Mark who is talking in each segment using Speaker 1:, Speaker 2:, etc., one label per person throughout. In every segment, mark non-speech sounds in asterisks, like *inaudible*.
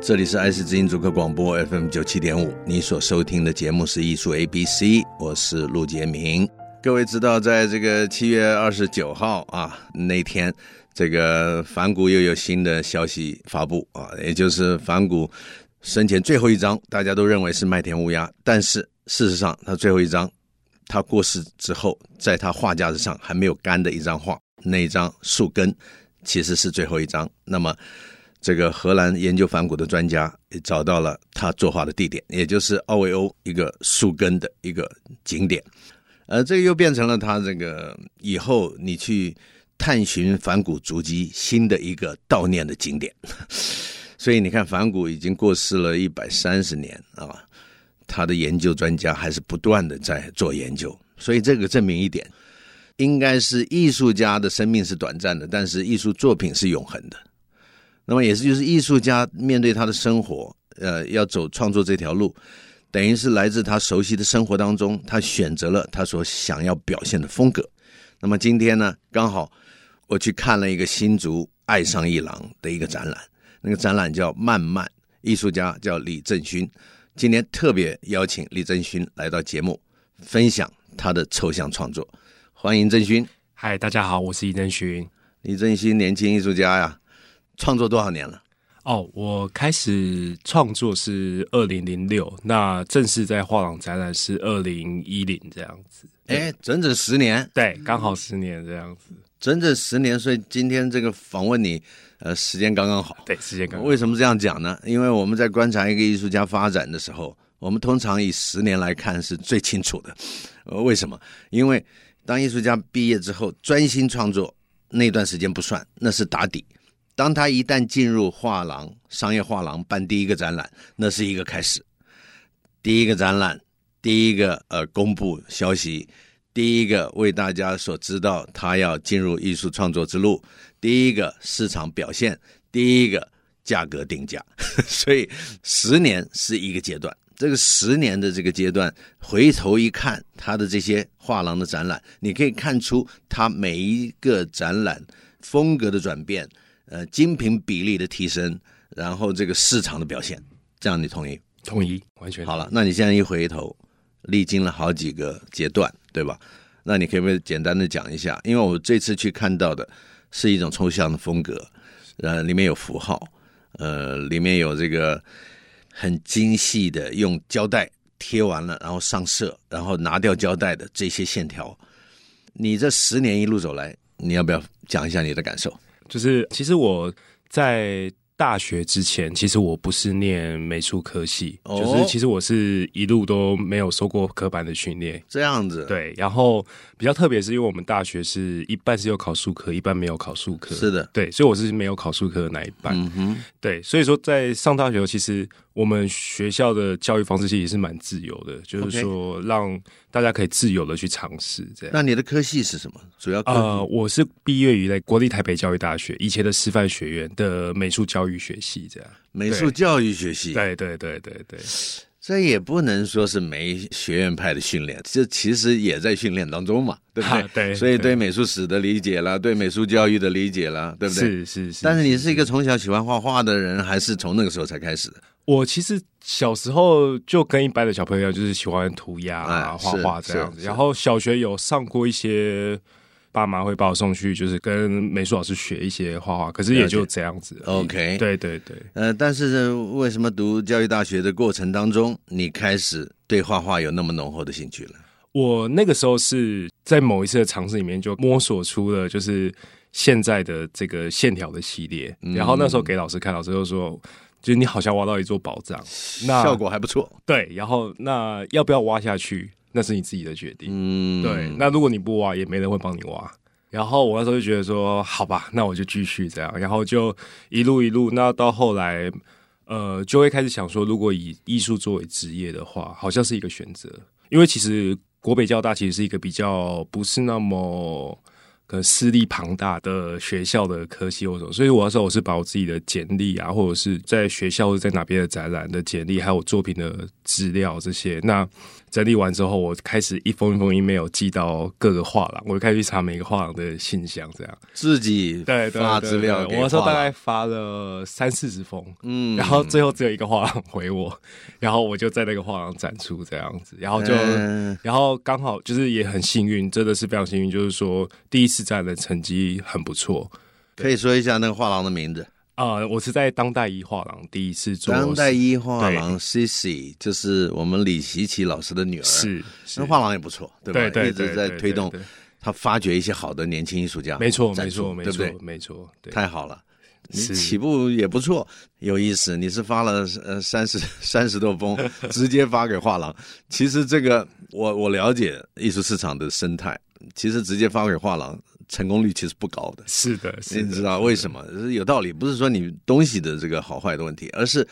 Speaker 1: 这里是爱思之音主客广播 FM 九七点五，你所收听的节目是艺术 A B C，我是陆杰明。各位知道，在这个七月二十九号啊那天，这个反谷又有新的消息发布啊，也就是反谷生前最后一张，大家都认为是麦田乌鸦，但是事实上他最后一张，他过世之后，在他画架子上还没有干的一张画，那一张树根其实是最后一张。那么这个荷兰研究反骨的专家也找到了他作画的地点，也就是奥维欧一个树根的一个景点。呃，这又变成了他这个以后你去探寻反骨足迹新的一个悼念的景点。 *laughs* 所以你看，反骨已经过世了一百三十年啊，他的研究专家还是不断的在做研究，所以这个证明一点，应该是艺术家的生命是短暂的，但是艺术作品是永恒的。那么也是就是艺术家面对他的生活，呃，要走创作这条路，等于是来自他熟悉的生活当中，他选择了他所想要表现的风格。那么今天呢，刚好我去看了一个新竹爱上一郎的一个展览，那个展览叫《慢慢》，艺术家叫李正勋。今天特别邀请李正勋来到节目，分享他的抽象创作。欢迎正勋，
Speaker 2: 嗨，大家好，我是尹正勋。
Speaker 1: 李正勋年轻艺术家呀，创作多少年了？
Speaker 2: 哦，我开始创作是二零零六，那正式在画廊展览是二零一零这样子。
Speaker 1: 哎，整整十年。
Speaker 2: 对，刚好十年这样子。
Speaker 1: 整整十年，所以今天这个访问你，呃，时间刚刚好。
Speaker 2: 对，时间刚好
Speaker 1: 为。什么这样讲呢？因为我们在观察一个艺术家发展的时候，我们通常以十年来看是最清楚的。呃，为什么？因为当艺术家毕业之后，专心创作那段时间不算，那是打底。当他一旦进入画廊、商业画廊办第一个展览，那是一个开始。第一个展览，第一个呃公布消息，第一个为大家所知道他要进入艺术创作之路，第一个市场表现，第一个价格定价， *laughs* 所以十年是一个阶段。这个十年的这个阶段，回头一看他的这些画廊的展览，你可以看出他每一个展览风格的转变，呃，精品比例的提升，然后这个市场的表现，这样你同意？
Speaker 2: 统一，完全
Speaker 1: 好了，那你现在一回头，历经了好几个阶段，对吧？那你可不可以简单的讲一下？因为我这次去看到的是一种抽象的风格，呃，里面有符号，呃，里面有这个很精细的用胶带贴完了，然后上色，然后拿掉胶带的这些线条。你这十年一路走来，你要不要讲一下你的感受？
Speaker 2: 就是其实我在大学之前，其实我不是念美术科系，
Speaker 1: 哦
Speaker 2: 就是其实我是一路都没有受过科班的训练。
Speaker 1: 这样子，，
Speaker 2: 对，然后比较特别是因为我们大学是一半是有考数科，一半没有考数科。
Speaker 1: 是的
Speaker 2: 对，所以我是没有考数科的那一半。
Speaker 1: 嗯哼，
Speaker 2: 对，所以说在上大学后，其实我们学校的教育方式其实也是蛮自由的，就是说让大家可以自由的去尝试这样。
Speaker 1: 那你的科系是什么？主要科系
Speaker 2: 呃，我是毕业于在国立台北教育大学以前的师范学院的美术教育学系，这样。
Speaker 1: 美术
Speaker 2: 对
Speaker 1: 教育学系，
Speaker 2: 对对对对对，
Speaker 1: 这也不能说是没学院派的训练，这其实也在训练当中嘛，对不对？
Speaker 2: 啊对
Speaker 1: 所以对
Speaker 2: 对
Speaker 1: 美术史的理解啦，对美术教育的理解啦，对不对？。
Speaker 2: 是是是。
Speaker 1: 但是你是一个从小喜欢画画的人，还是从那个时候才开始的？
Speaker 2: 我其实小时候就跟一般的小朋友一样，就是喜欢涂鸦
Speaker 1: 哎
Speaker 2: 啊、
Speaker 1: 是
Speaker 2: 画画这样
Speaker 1: 是
Speaker 2: 子。
Speaker 1: 是
Speaker 2: 然后小学有上过一些，爸妈会把我送去，就是跟美术老师学一些画画，可是也就这样子而已。
Speaker 1: OK
Speaker 2: 对对对，
Speaker 1: 呃，但是呢为什么读教育大学的过程当中，你开始对画画有那么浓厚的兴趣了？
Speaker 2: 我那个时候是在某一次的尝试里面就摸索出了，就是现在的这个线条的系列。
Speaker 1: 嗯
Speaker 2: 然后那时候给老师看，老师就说。就是你好像挖到一座宝藏，那
Speaker 1: 效果还不错，
Speaker 2: 对，然后那要不要挖下去，那是你自己的决定。
Speaker 1: 嗯，
Speaker 2: 对，那如果你不挖，也没人会帮你挖。然后我那时候就觉得说，好吧，那我就继续这样，然后就一路一路，那到后来，呃，就会开始想说，如果以艺术作为职业的话，好像是一个选择，因为其实国北交大其实是一个比较不是那么。可能私立庞大的学校的科系或者，所以我那时候我是把我自己的简历啊，或者是在学校或者在哪边的展览的简历，还有作品的资料这些，那整理完之后，我开始一封一封 email 寄到各个画廊，我就开始去查每个画廊的信箱，这样
Speaker 1: 自己
Speaker 2: 对对
Speaker 1: 发
Speaker 2: 对
Speaker 1: 资料
Speaker 2: 对
Speaker 1: 给
Speaker 2: 我那时候
Speaker 1: 画
Speaker 2: 大
Speaker 1: 廊
Speaker 2: 概发了三四十封，
Speaker 1: 嗯
Speaker 2: 然后最后只有一个画廊回我，然后我就在那个画廊展出这样子，然后就，
Speaker 1: 嗯
Speaker 2: 然后刚好就是也很幸运，真的是非常幸运，就是说第一次展的成绩很不错。
Speaker 1: 可以说一下那个画廊的名字，
Speaker 2: 呃，我是在当代一画廊第一次做
Speaker 1: 当代一画廊 Cici，就是我们李习奇老师的女儿，
Speaker 2: 是是
Speaker 1: 那画廊也不错，对吧？
Speaker 2: 对对
Speaker 1: 一直在
Speaker 2: 对对
Speaker 1: 推动
Speaker 2: 对对
Speaker 1: 他发掘一些好的年轻艺术家，
Speaker 2: 没错
Speaker 1: 展
Speaker 2: 没错
Speaker 1: 出
Speaker 2: 没
Speaker 1: 对不
Speaker 2: 错
Speaker 1: 对？
Speaker 2: 没错，对，
Speaker 1: 太好了。你
Speaker 2: 是
Speaker 1: 起步也不错，有意思。你是发了呃三十 *laughs* 三十多
Speaker 2: *laughs*
Speaker 1: 封，直接发给画廊。其实这个我我了解艺术市场的生态，其实直接发给画廊成功率其实不高的。
Speaker 2: 是的，是
Speaker 1: 你
Speaker 2: 的
Speaker 1: 知道为什么？是有道理，不是说你东西的这个好坏的问题，而是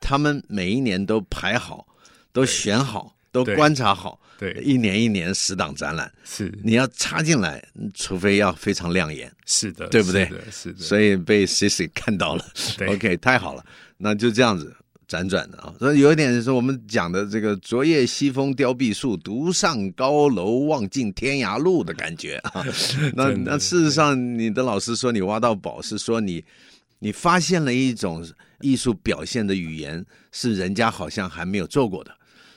Speaker 1: 他们每一年都排好，都选好，都
Speaker 2: 对
Speaker 1: 观察好，
Speaker 2: 对
Speaker 1: 一年一年十档展览，
Speaker 2: 是
Speaker 1: 你要插进来，嗯除非要非常亮眼，
Speaker 2: 是的，
Speaker 1: 对不对
Speaker 2: 是的，是的，
Speaker 1: 所以被 Cici 看到了。
Speaker 2: *laughs* 对
Speaker 1: OK，太好了，那就这样子辗转的啊。所以有一点是我们讲的这个“昨夜西风凋碧树，独上高楼，望尽天涯路”的感觉
Speaker 2: *laughs*
Speaker 1: 啊。那
Speaker 2: 真的
Speaker 1: 那事实上，你的老师说你挖到宝，是说你你发现了一种艺术表现的语言，是人家好像还没有做过的，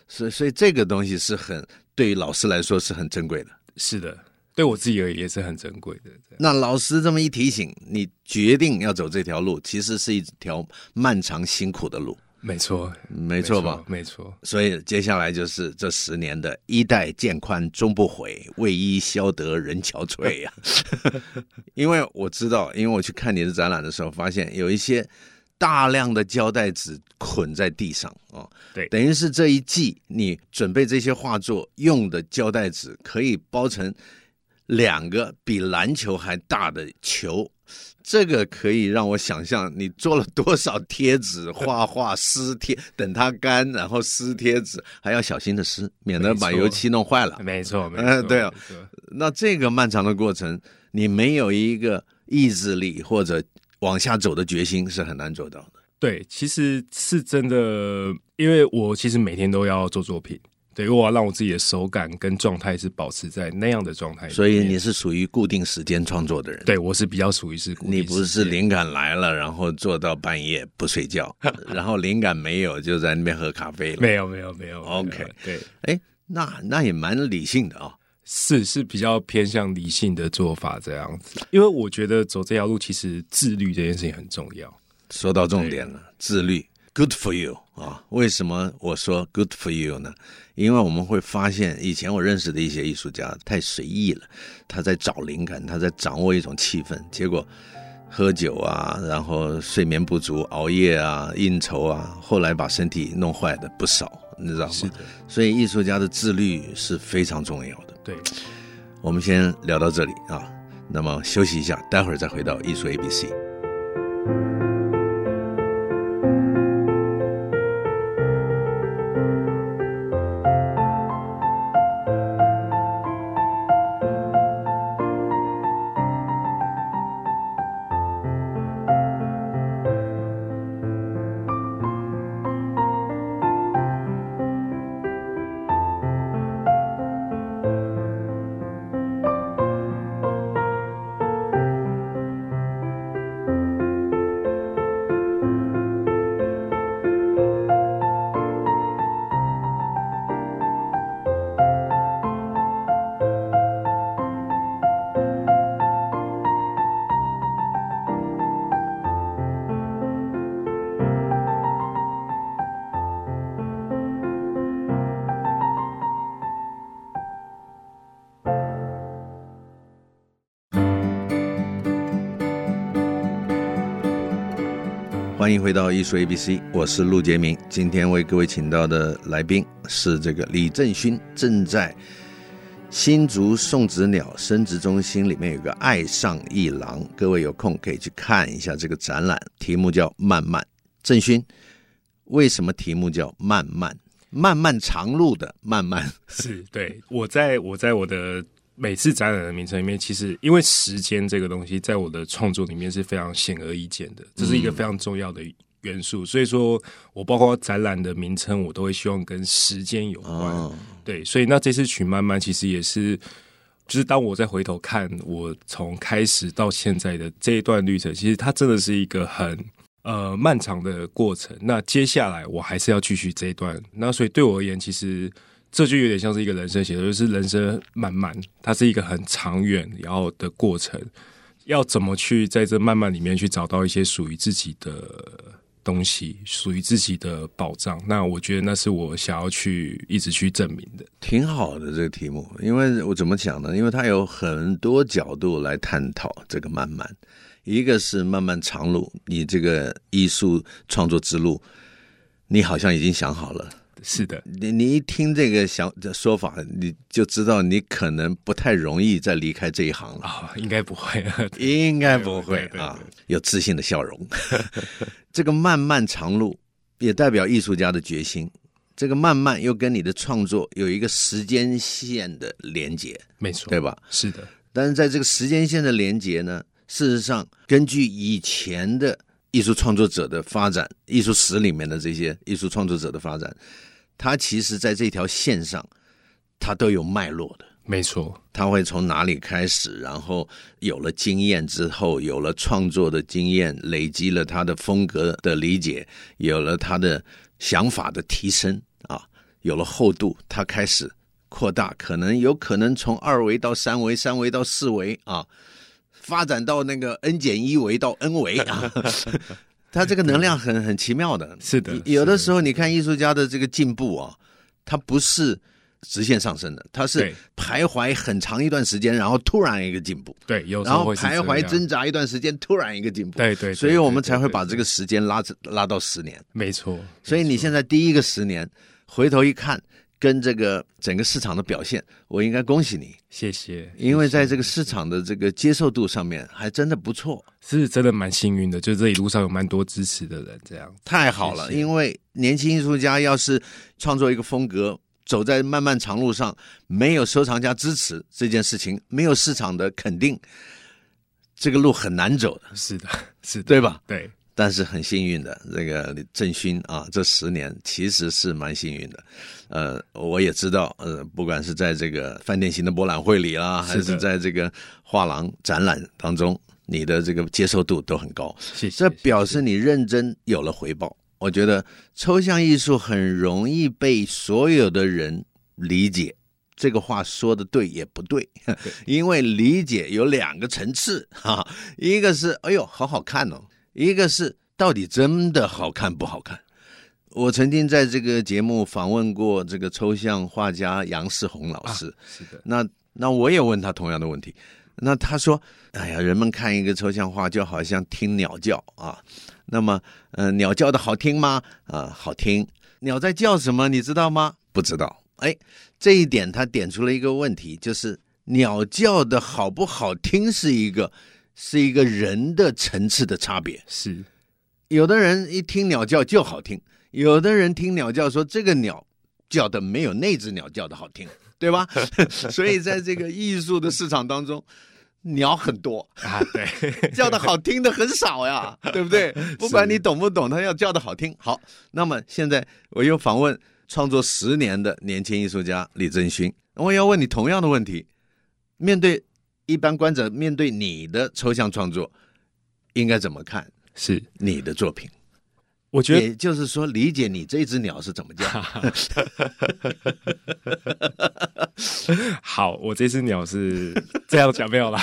Speaker 1: 所以所以这个东西是很对于老师来说是很珍贵的。
Speaker 2: 是的，对我自己而言也是很珍贵的。这样
Speaker 1: 那老师这么一提醒，你决定要走这条路，其实是一条漫长辛苦的路，
Speaker 2: 没错，
Speaker 1: 没
Speaker 2: 没
Speaker 1: 错吧？？
Speaker 2: 没错，
Speaker 1: 所以接下来就是这十年的衣带渐宽终不悔，为伊消得人憔悴啊呀、因为我知道，因为我去看你的展览的时候，发现有一些大量的胶带纸捆在地上啊、哦，
Speaker 2: 对
Speaker 1: 等于是这一季你准备这些画作用的胶带纸可以包成两个比篮球还大的球。这个可以让我想象你做了多少贴纸、
Speaker 2: *laughs*
Speaker 1: 画画、撕贴，等它干，然后撕贴纸，还要小心的撕，免得把
Speaker 2: 没错
Speaker 1: 油漆弄坏了。
Speaker 2: 没错，没
Speaker 1: 呃
Speaker 2: 错，
Speaker 1: 对啊
Speaker 2: 没错
Speaker 1: 那这个漫长的过程，你没有一个意志力或者往下走的决心是很难做到的。
Speaker 2: 对，其实是真的，因为我其实每天都要做作品，对，因为我要让我自己的手感跟状态是保持在那样的状态里面。
Speaker 1: 所以你是属于固定时间创作的人，
Speaker 2: 哎对我是比较属于是固定
Speaker 1: 你不是
Speaker 2: 时间
Speaker 1: 灵感来了，然后做到半夜不睡
Speaker 2: *laughs*
Speaker 1: 觉，然后灵感没有就在那边喝咖啡了。
Speaker 2: 没有没有没有
Speaker 1: OK
Speaker 2: 没有对，
Speaker 1: 哎，那那也蛮理性的啊、
Speaker 2: 是是比较偏向理性的做法这样子，因为我觉得走这条路其实自律这件事情很重要。
Speaker 1: 说到重点了，自律，good for you 啊！为什么我说 good for you 呢？因为我们会发现，以前我认识的一些艺术家太随意了，他在找灵感，他在掌握一种气氛，结果喝酒啊，然后睡眠不足、熬夜啊、应酬啊，后来把身体弄坏的不少，你知道
Speaker 2: 是
Speaker 1: 吗？
Speaker 2: 的，
Speaker 1: 所以艺术家的自律是非常重要的。
Speaker 2: 对，
Speaker 1: 我们先聊到这里啊，那么休息一下，待会儿再回到艺术 A B C。欢迎回到艺术 A B C，我是陆杰明。今天为各位请到的来宾是这个李正勋，正在新竹送子鸟生殖中心里面有个爱上一郎，各位有空可以去看一下这个展览，题目叫《漫漫》。郑勋，为什么题目叫《漫漫》？漫漫长路的漫漫，
Speaker 2: 是对我在我在我的每次展览的名称里面，其实因为时间这个东西，在我的创作里面是非常显而易见的，这是一个非常重要的元素。所以说我包括展览的名称，我都会希望跟时间有关。
Speaker 1: 哦
Speaker 2: 对，所以那这次曲慢慢其实也是，就是当我再回头看我从开始到现在的这一段旅程，其实它真的是一个很呃漫长的过程。那接下来我还是要继续这一段，那所以对我而言，其实这就有点像是一个人生写作，就是人生漫漫，它是一个很长远然后的过程，要怎么去在这漫漫里面去找到一些属于自己的。东西属于自己的保障，那我觉得那是我想要去一直去证明的。
Speaker 1: 挺好的这个题目，因为我怎么讲呢？因为它有很多角度来探讨这个漫漫，一个是漫漫长路，你这个艺术创作之路，你好像已经想好了。
Speaker 2: 是的，
Speaker 1: 你你一听这个想这说法，你就知道你可能不太容易再离开这一行了。
Speaker 2: 啊、应该不会。 *laughs*
Speaker 1: 应该不会
Speaker 2: 对对对
Speaker 1: 啊，有自信的笑容。 *laughs* 这个漫漫长路也代表艺术家的决心。这个漫漫又跟你的创作有一个时间线的连接，
Speaker 2: 没错，
Speaker 1: 对？吧？
Speaker 2: 是的，
Speaker 1: 但是在这个时间线的连接呢，事实上根据以前的艺术创作者的发展，艺术史里面的这些艺术创作者的发展，他其实在这条线上，他都有脉络的。
Speaker 2: 没错，
Speaker 1: 他会从哪里开始，然后有了经验之后，有了创作的经验，累积了他的风格的理解，有了他的想法的提升啊，有了厚度，他开始扩大，可能有可能从二维到三维，三维到四维啊，发展到那个 n 减一维到 n 维啊。 *laughs* 他这个能量很很奇妙的，
Speaker 2: 是的
Speaker 1: 有的
Speaker 2: 是的
Speaker 1: 时候你看艺术家的这个进步啊，他不是直线上升的，他是
Speaker 2: 对
Speaker 1: 徘徊很长一段时间，然后突然一个进步，
Speaker 2: 对，有时
Speaker 1: 然
Speaker 2: 候
Speaker 1: 后
Speaker 2: 会是
Speaker 1: 徘徊
Speaker 2: 这样
Speaker 1: 挣扎一段时间，突然一个进步。
Speaker 2: 对对对
Speaker 1: 所以我们才会
Speaker 2: 对对
Speaker 1: 把
Speaker 2: 对
Speaker 1: 这个时间拉着拉到十年。
Speaker 2: 没错，
Speaker 1: 所以你现在第一个十年回头一看，跟这个整个市场的表现，我应该恭喜你，
Speaker 2: 谢谢，
Speaker 1: 因为在这个市场的这个接受度上面还真的不错，
Speaker 2: 是真的蛮幸运的，就这一路上有蛮多支持的人，这样
Speaker 1: 太好了。
Speaker 2: 谢谢
Speaker 1: 因为年轻艺术家要是创作一个风格。走在漫漫长路上，没有收藏家支持这件事情，没有市场的肯定，这个路很难走的，
Speaker 2: 是的，是的，
Speaker 1: 对吧？
Speaker 2: 对，
Speaker 1: 但是很幸运的，这个郑勋啊，这十年其实是蛮幸运的。呃，我也知道，呃，不管是在这个饭店型的博览会里啦，
Speaker 2: 是
Speaker 1: 还
Speaker 2: 的
Speaker 1: 是在这个画廊展览当中，你的这个接受度都很高，
Speaker 2: 谢谢。
Speaker 1: 这表
Speaker 2: 谢
Speaker 1: 示你认真有了回报。我觉得抽象艺术很容易被所有的人理解。这个话说的对也不对，因为理解有两个层次哈、一个是哎呦好好看哦，一个是到底真的好看不好看。我曾经在这个节目访问过这个抽象画家杨世宏
Speaker 2: 啊
Speaker 1: 老师，
Speaker 2: 谢是的，
Speaker 1: 那那我也问他同样的问题，那他说：“哎呀，人们看一个抽象画就好像听鸟叫啊，那么，呃，鸟叫的好听吗？啊、好听。鸟在叫什么？你知道吗？不知道。哎，这一点他点出了一个问题，就是鸟叫的好不好听是一个是一个人的层次的差别。
Speaker 2: 是
Speaker 1: 有的人一听鸟叫就好听，有的人听鸟叫说这个鸟叫的没有那只鸟叫的好听，对吧？ *laughs* 所以在这个艺术的市场当中，鸟很多，
Speaker 2: 啊，对，
Speaker 1: *laughs* 叫的好听的很少呀，对不对？不管你懂不懂，他要叫的好听。好，那么现在我又访问创作十年的年轻艺术家李振勋，我要问你同样的问题：面对一般观者，面对你的抽象创作，应该怎么看
Speaker 2: 是，
Speaker 1: 你的作品？
Speaker 2: 我觉得
Speaker 1: 也就是说，理解你这只鸟是怎么叫。
Speaker 2: 好，我这只鸟是这样讲没有啦，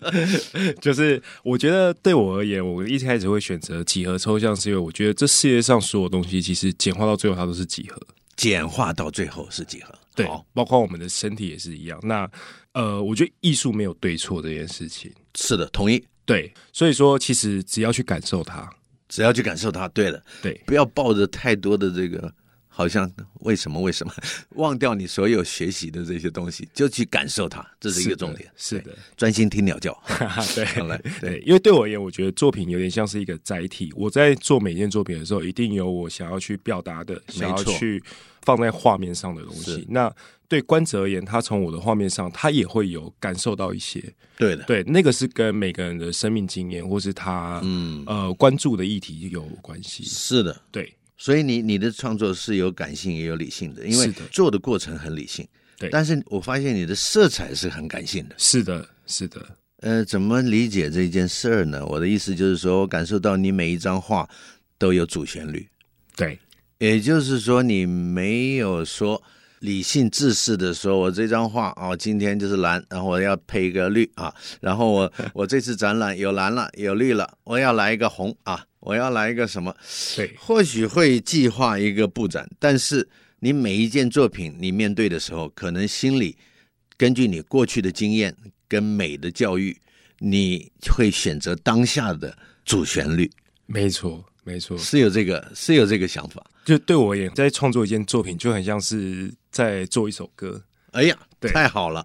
Speaker 2: *laughs* 就是我觉得对我而言，我一开始会选择几何抽象，是因为我觉得这世界上所有东西其实简化到最后它都是几何，
Speaker 1: 简化到最后是几何？哦
Speaker 2: 对
Speaker 1: 好，
Speaker 2: 包括我们的身体也是一样。那呃，我觉得艺术没有对错这件事情，
Speaker 1: 是的，同意。
Speaker 2: 对，所以说其实只要去感受它，
Speaker 1: 只要去感受它。对了，
Speaker 2: 对，
Speaker 1: 不要抱着太多的这个好像为什么为什么忘掉你所有学习的这些东西，就去感受它，这是一个重点。
Speaker 2: 是
Speaker 1: 对
Speaker 2: 的，
Speaker 1: 专心听鸟
Speaker 2: *laughs*
Speaker 1: 叫。
Speaker 2: 哈哈，
Speaker 1: 好来
Speaker 2: 对，
Speaker 1: 对
Speaker 2: 对，因为对我而言，我觉得作品有点像是一个载体。我在做每件作品的时候，一定有我想要去表达的，想要
Speaker 1: 错
Speaker 2: 去放在画面上的东
Speaker 1: 是
Speaker 2: 西。那对观者而言，他从我的画面上，他也会有感受到一些。
Speaker 1: 对的，
Speaker 2: 对，那个是跟每个人的生命经验，或是他、
Speaker 1: 嗯，
Speaker 2: 呃关注的议题有关系。
Speaker 1: 是的。
Speaker 2: 对，
Speaker 1: 所以你你的创作是有感性也有理性的，因为
Speaker 2: 是的
Speaker 1: 做的过程很理性。
Speaker 2: 对
Speaker 1: 但是我发现你的色彩是很感性的。
Speaker 2: 是的，是的，
Speaker 1: 呃，怎么理解这件事儿呢？我的意思就是说，我感受到你每一张画都有主旋律，
Speaker 2: 对，
Speaker 1: 也就是说，你没有说理性自私的说，我这张画哦，今天就是蓝，然后我要配一个绿啊，然后我我这次展览有蓝了，有绿了，我要来一个红啊，我要来一个什么？
Speaker 2: 对，
Speaker 1: 或许会计划一个布展，但是你每一件作品你面对的时候，可能心里根据你过去的经验跟美的教育，你会选择当下的主旋律，
Speaker 2: 没错，
Speaker 1: *laughs*
Speaker 2: 没错。
Speaker 1: 是有这个是有这个想法。
Speaker 2: 就对我而言，在创作一件作品，就很像是在做一首歌。
Speaker 1: 哎呀，
Speaker 2: 对
Speaker 1: 太好了，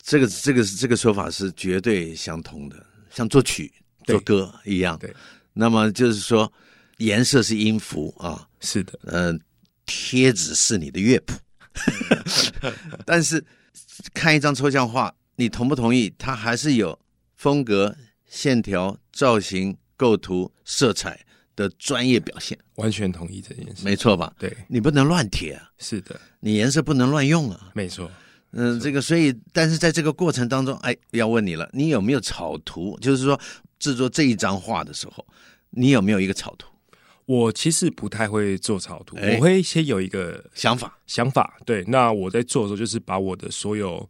Speaker 1: 这个这个这个说法是绝对相通的，像作曲、
Speaker 2: 对
Speaker 1: 做歌一样。
Speaker 2: 对，
Speaker 1: 那么就是说，颜色是音符啊，
Speaker 2: 是的，
Speaker 1: 呃，贴纸是你的乐谱， *laughs* 但是看一张抽象画，你同不同意？它还是有风格、线条、造型、构图、色彩的专业表现，
Speaker 2: 完全同意这件事。
Speaker 1: 没错吧？
Speaker 2: 对，
Speaker 1: 你不能乱贴啊，
Speaker 2: 是的，
Speaker 1: 你颜色不能乱用啊。
Speaker 2: 没错，
Speaker 1: 嗯、这个所以，但是在这个过程当中，哎，要问你了，你有没有草图？就是说，制作这一张画的时候，你有没有一个草图
Speaker 2: 我其实不太会做草图，
Speaker 1: 哎
Speaker 2: 我会先有一个
Speaker 1: 想法？
Speaker 2: 想法。对，那我在做的时候，就是把我的所有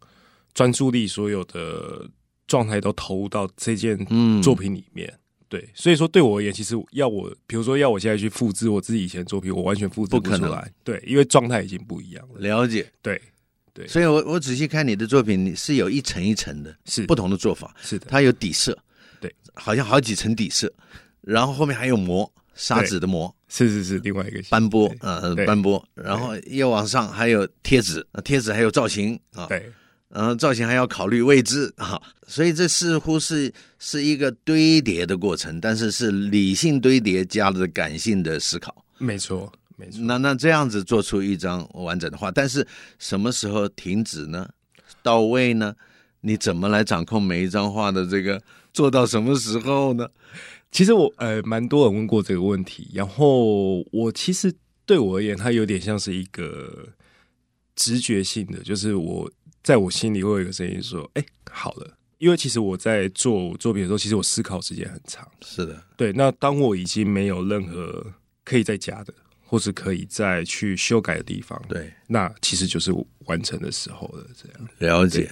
Speaker 2: 专注力、所有的状态都投入到这件
Speaker 1: 嗯
Speaker 2: 作品里面。对，所以说对我而言，其实要我，比如说要我现在去复制我自己以前的作品，我完全复制
Speaker 1: 不
Speaker 2: 不
Speaker 1: 可
Speaker 2: 出
Speaker 1: 能
Speaker 2: 来。对，因为状态已经不一样了。
Speaker 1: 了解。
Speaker 2: 对，
Speaker 1: 所以我我仔细看你的作品，你是有一层一层的，
Speaker 2: 是
Speaker 1: 不同的做法，
Speaker 2: 是的，
Speaker 1: 它有底色，
Speaker 2: 嗯对，
Speaker 1: 好像好几层底色，然后后面还有磨砂纸的磨
Speaker 2: 是是是，另外一个
Speaker 1: 斑驳
Speaker 2: 对，
Speaker 1: 呃，
Speaker 2: 对
Speaker 1: 斑驳，然后又往上还有贴纸，呃贴纸还有造型啊，，
Speaker 2: 对，
Speaker 1: 然后造型还要考虑位置啊，所以这似乎是是一个堆叠的过程，但是是理性堆叠加了感性的思考。
Speaker 2: 没错，没错。
Speaker 1: 那那这样子做出一张完整的画，但是什么时候停止呢？到位呢？你怎么来掌控每一张画的这个做到什么时候呢？
Speaker 2: 其实我呃，蛮多人问过这个问题，然后我其实对我而言，它有点像是一个直觉性的，就是我在我心里会有一个声音说：“哎，好了。”因为其实我在做作品的时候，其实我思考时间很长。
Speaker 1: 是的，
Speaker 2: 对，那当我已经没有任何可以再加的，或是可以再去修改的地方，，
Speaker 1: 对，
Speaker 2: 那其实就是完成的时候了。这样，
Speaker 1: 了解。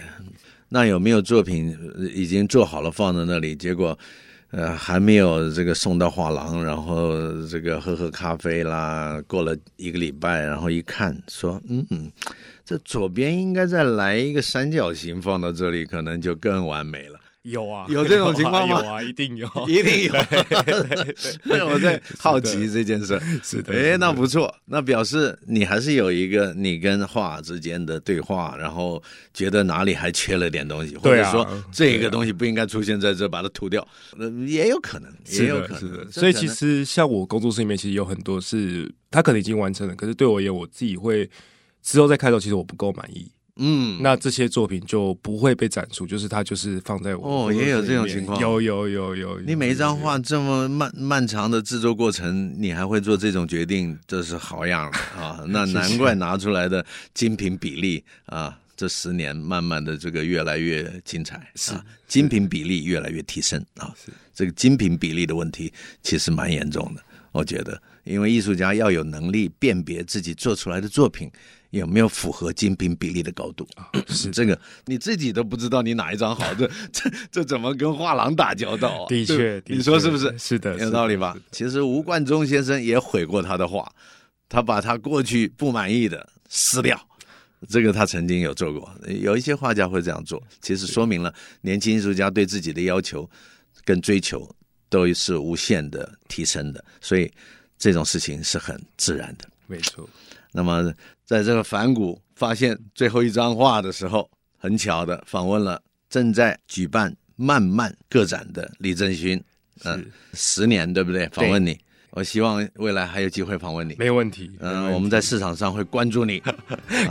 Speaker 1: 那有没有作品呃已经做好了放在那里，结果呃还没有这个送到画廊，然后这个喝喝咖啡啦，过了一个礼拜，然后一看说，嗯嗯，这左边应该再来一个三角形放到这里，可能就更完美了。
Speaker 2: 有啊
Speaker 1: 有这种情况吗
Speaker 2: 有啊，一定有，
Speaker 1: *laughs* 一定有。 *laughs* 我在好奇这件事。
Speaker 2: 是的。
Speaker 1: 哎，那不错，那表示你还是有一个你跟画之间的对话，然后觉得哪里还缺了点东西，或
Speaker 2: 对
Speaker 1: 者
Speaker 2: 啊
Speaker 1: 说这
Speaker 2: 对
Speaker 1: 个
Speaker 2: 啊
Speaker 1: 东西不应该出现在这，把它涂掉，呃也有可能，也有可能。
Speaker 2: 是的，是
Speaker 1: 这
Speaker 2: 的。所以
Speaker 1: 可
Speaker 2: 其
Speaker 1: 能
Speaker 2: 实像我工作室里面，其实有很多是他可能已经完成了，可是对我而言，我自己会之后再看的时候，其实我不够满意。
Speaker 1: 嗯，
Speaker 2: 那这些作品就不会被展出，就是它就是放在我
Speaker 1: 哦
Speaker 2: 工作室
Speaker 1: 也有这种
Speaker 2: 里面
Speaker 1: 情况
Speaker 2: 有有有有有。
Speaker 1: 你每一张画这么漫漫长的制作过程，你还会做这种决定，这是好样的
Speaker 2: *laughs*
Speaker 1: 啊！那难怪拿出来的精品比例啊，这十年慢慢的这个越来越精彩，
Speaker 2: 是
Speaker 1: 啊，精品比例越来越提升啊。这个精品比例的问题其实蛮严重的，我觉得，因为艺术家要有能力辨别自己做出来的作品有没有符合精品比例的高度。
Speaker 2: 啊
Speaker 1: *laughs*
Speaker 2: 是
Speaker 1: 这个你自己都不知道你哪一张
Speaker 2: *laughs*
Speaker 1: 好，这这这怎么跟画廊打交道啊、
Speaker 2: 的确
Speaker 1: 对，你
Speaker 2: 的
Speaker 1: 说
Speaker 2: 确
Speaker 1: 是不是？
Speaker 2: 是的，
Speaker 1: 有
Speaker 2: 是
Speaker 1: 道
Speaker 2: 的
Speaker 1: 理吧
Speaker 2: 是的？
Speaker 1: 其实吴冠中先生也毁过他的画，他把他过去不满意的撕掉，这个他曾经有做过。有一些画家会这样做，其实说明了年轻艺术家对自己的要求跟追求都是无限的提升的，所以这种事情是很自然的。
Speaker 2: 没错，
Speaker 1: 那么在这个反骨发现最后一张画的时候，很巧的访问了正在举办漫漫个展的李正勋，嗯、十年对不对？访问你，我希望未来还有机会访问你。
Speaker 2: 没问题。 *laughs* 没问
Speaker 1: 嗯，
Speaker 2: 题
Speaker 1: 我们在市场上会关注
Speaker 2: *laughs*
Speaker 1: 你，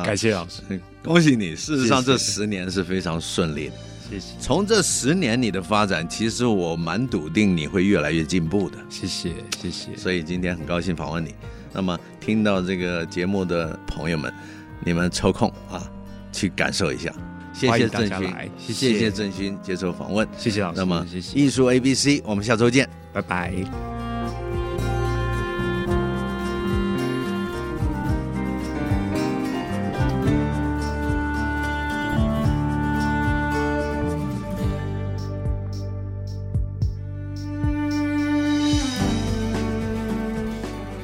Speaker 2: 感谢老师，
Speaker 1: 恭喜你。事实上，这十年是非常顺利的。
Speaker 2: 谢谢，
Speaker 1: 从这十年你的发展，其实我蛮笃定你会越来越进步的。
Speaker 2: 谢谢，谢谢。
Speaker 1: 所以今天很高兴访问你。那么听到这个节目的朋友们，你们抽空啊去感受一下。谢
Speaker 2: 欢
Speaker 1: 谢
Speaker 2: 迎大
Speaker 1: 郑
Speaker 2: 家
Speaker 1: 勋
Speaker 2: 来，谢谢
Speaker 1: 谢郑勋接受访问。
Speaker 2: 谢谢老师，
Speaker 1: 那么
Speaker 2: 谢谢，
Speaker 1: 艺术 A B C，我们下周见。
Speaker 2: 拜拜。